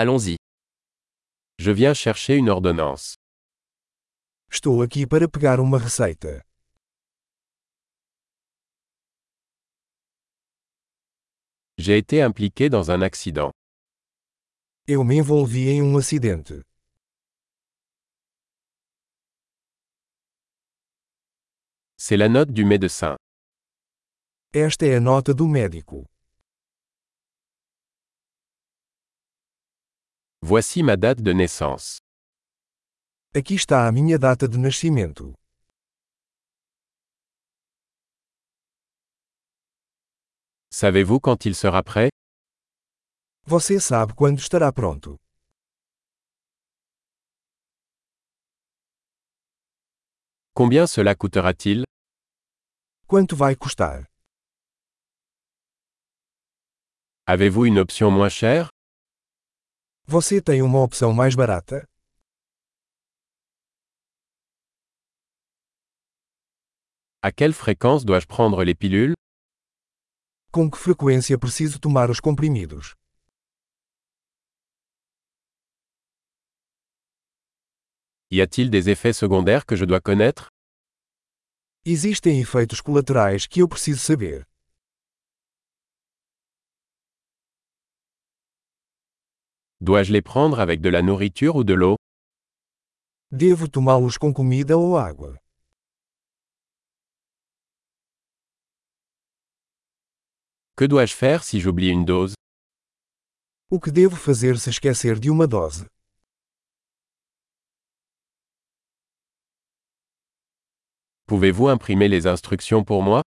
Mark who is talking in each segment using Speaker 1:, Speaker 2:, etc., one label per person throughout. Speaker 1: Allons-y. Je viens chercher une ordonnance.
Speaker 2: Estou aqui para pegar uma receita.
Speaker 1: J'ai été impliqué dans un accident.
Speaker 2: Eu me envolvi em um acidente.
Speaker 1: C'est la note du médecin.
Speaker 2: Esta é a nota do médico.
Speaker 1: Voici ma date de naissance.
Speaker 2: Aqui está a minha data de nascimento.
Speaker 1: Savez-vous quand il sera prêt
Speaker 2: Você sabe quando estará pronto.
Speaker 1: Combien cela coûtera-t-il
Speaker 2: Quanto vai custar?
Speaker 1: Avez-vous une option moins chère
Speaker 2: Você tem uma opção mais barata?
Speaker 1: À quelle fréquence dois-je prendre les pilules
Speaker 2: Com que frequência preciso tomar os comprimidos?
Speaker 1: Y a-t-il des effets secondaires que je dois connaître
Speaker 2: Existem efeitos colaterais que eu preciso saber.
Speaker 1: Dois-je les prendre avec de la nourriture ou de l'eau
Speaker 2: Devo tomá-los com comida ou água?
Speaker 1: Que dois-je faire si j'oublie une dose
Speaker 2: O que devo fazer se esquecer de uma dose?
Speaker 1: Pouvez-vous imprimer les instructions pour moi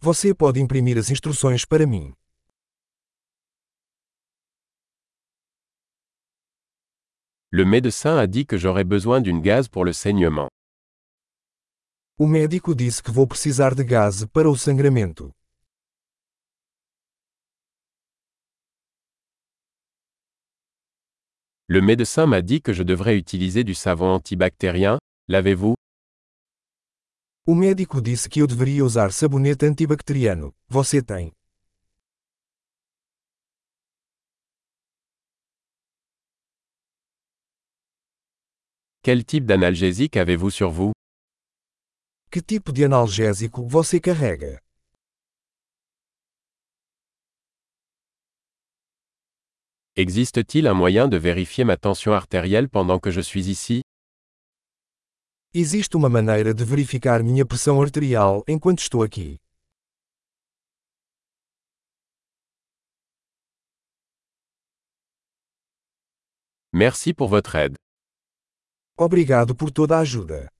Speaker 2: Você pode imprimir as instruções para mim.
Speaker 1: Le médecin a dit que j'aurais besoin d'une gaz pour le saignement.
Speaker 2: O médico disse que vou precisar de gás para o sangramento.
Speaker 1: Le médecin m'a dit que je devrais utiliser du savon antibactérien. L'avez-vous
Speaker 2: O médico disse que eu deveria usar sabonete antibacteriano. Você tem?
Speaker 1: Quel type d'analgésique avez-vous sur vous
Speaker 2: Que tipo de analgésico você carrega?
Speaker 1: Existe-t-il un moyen de vérifier ma tension artérielle pendant que je suis ici
Speaker 2: Existe uma maneira de verificar minha pressão arterial enquanto estou aqui.
Speaker 1: Merci pour votre aide.
Speaker 2: Obrigado por toda a ajuda.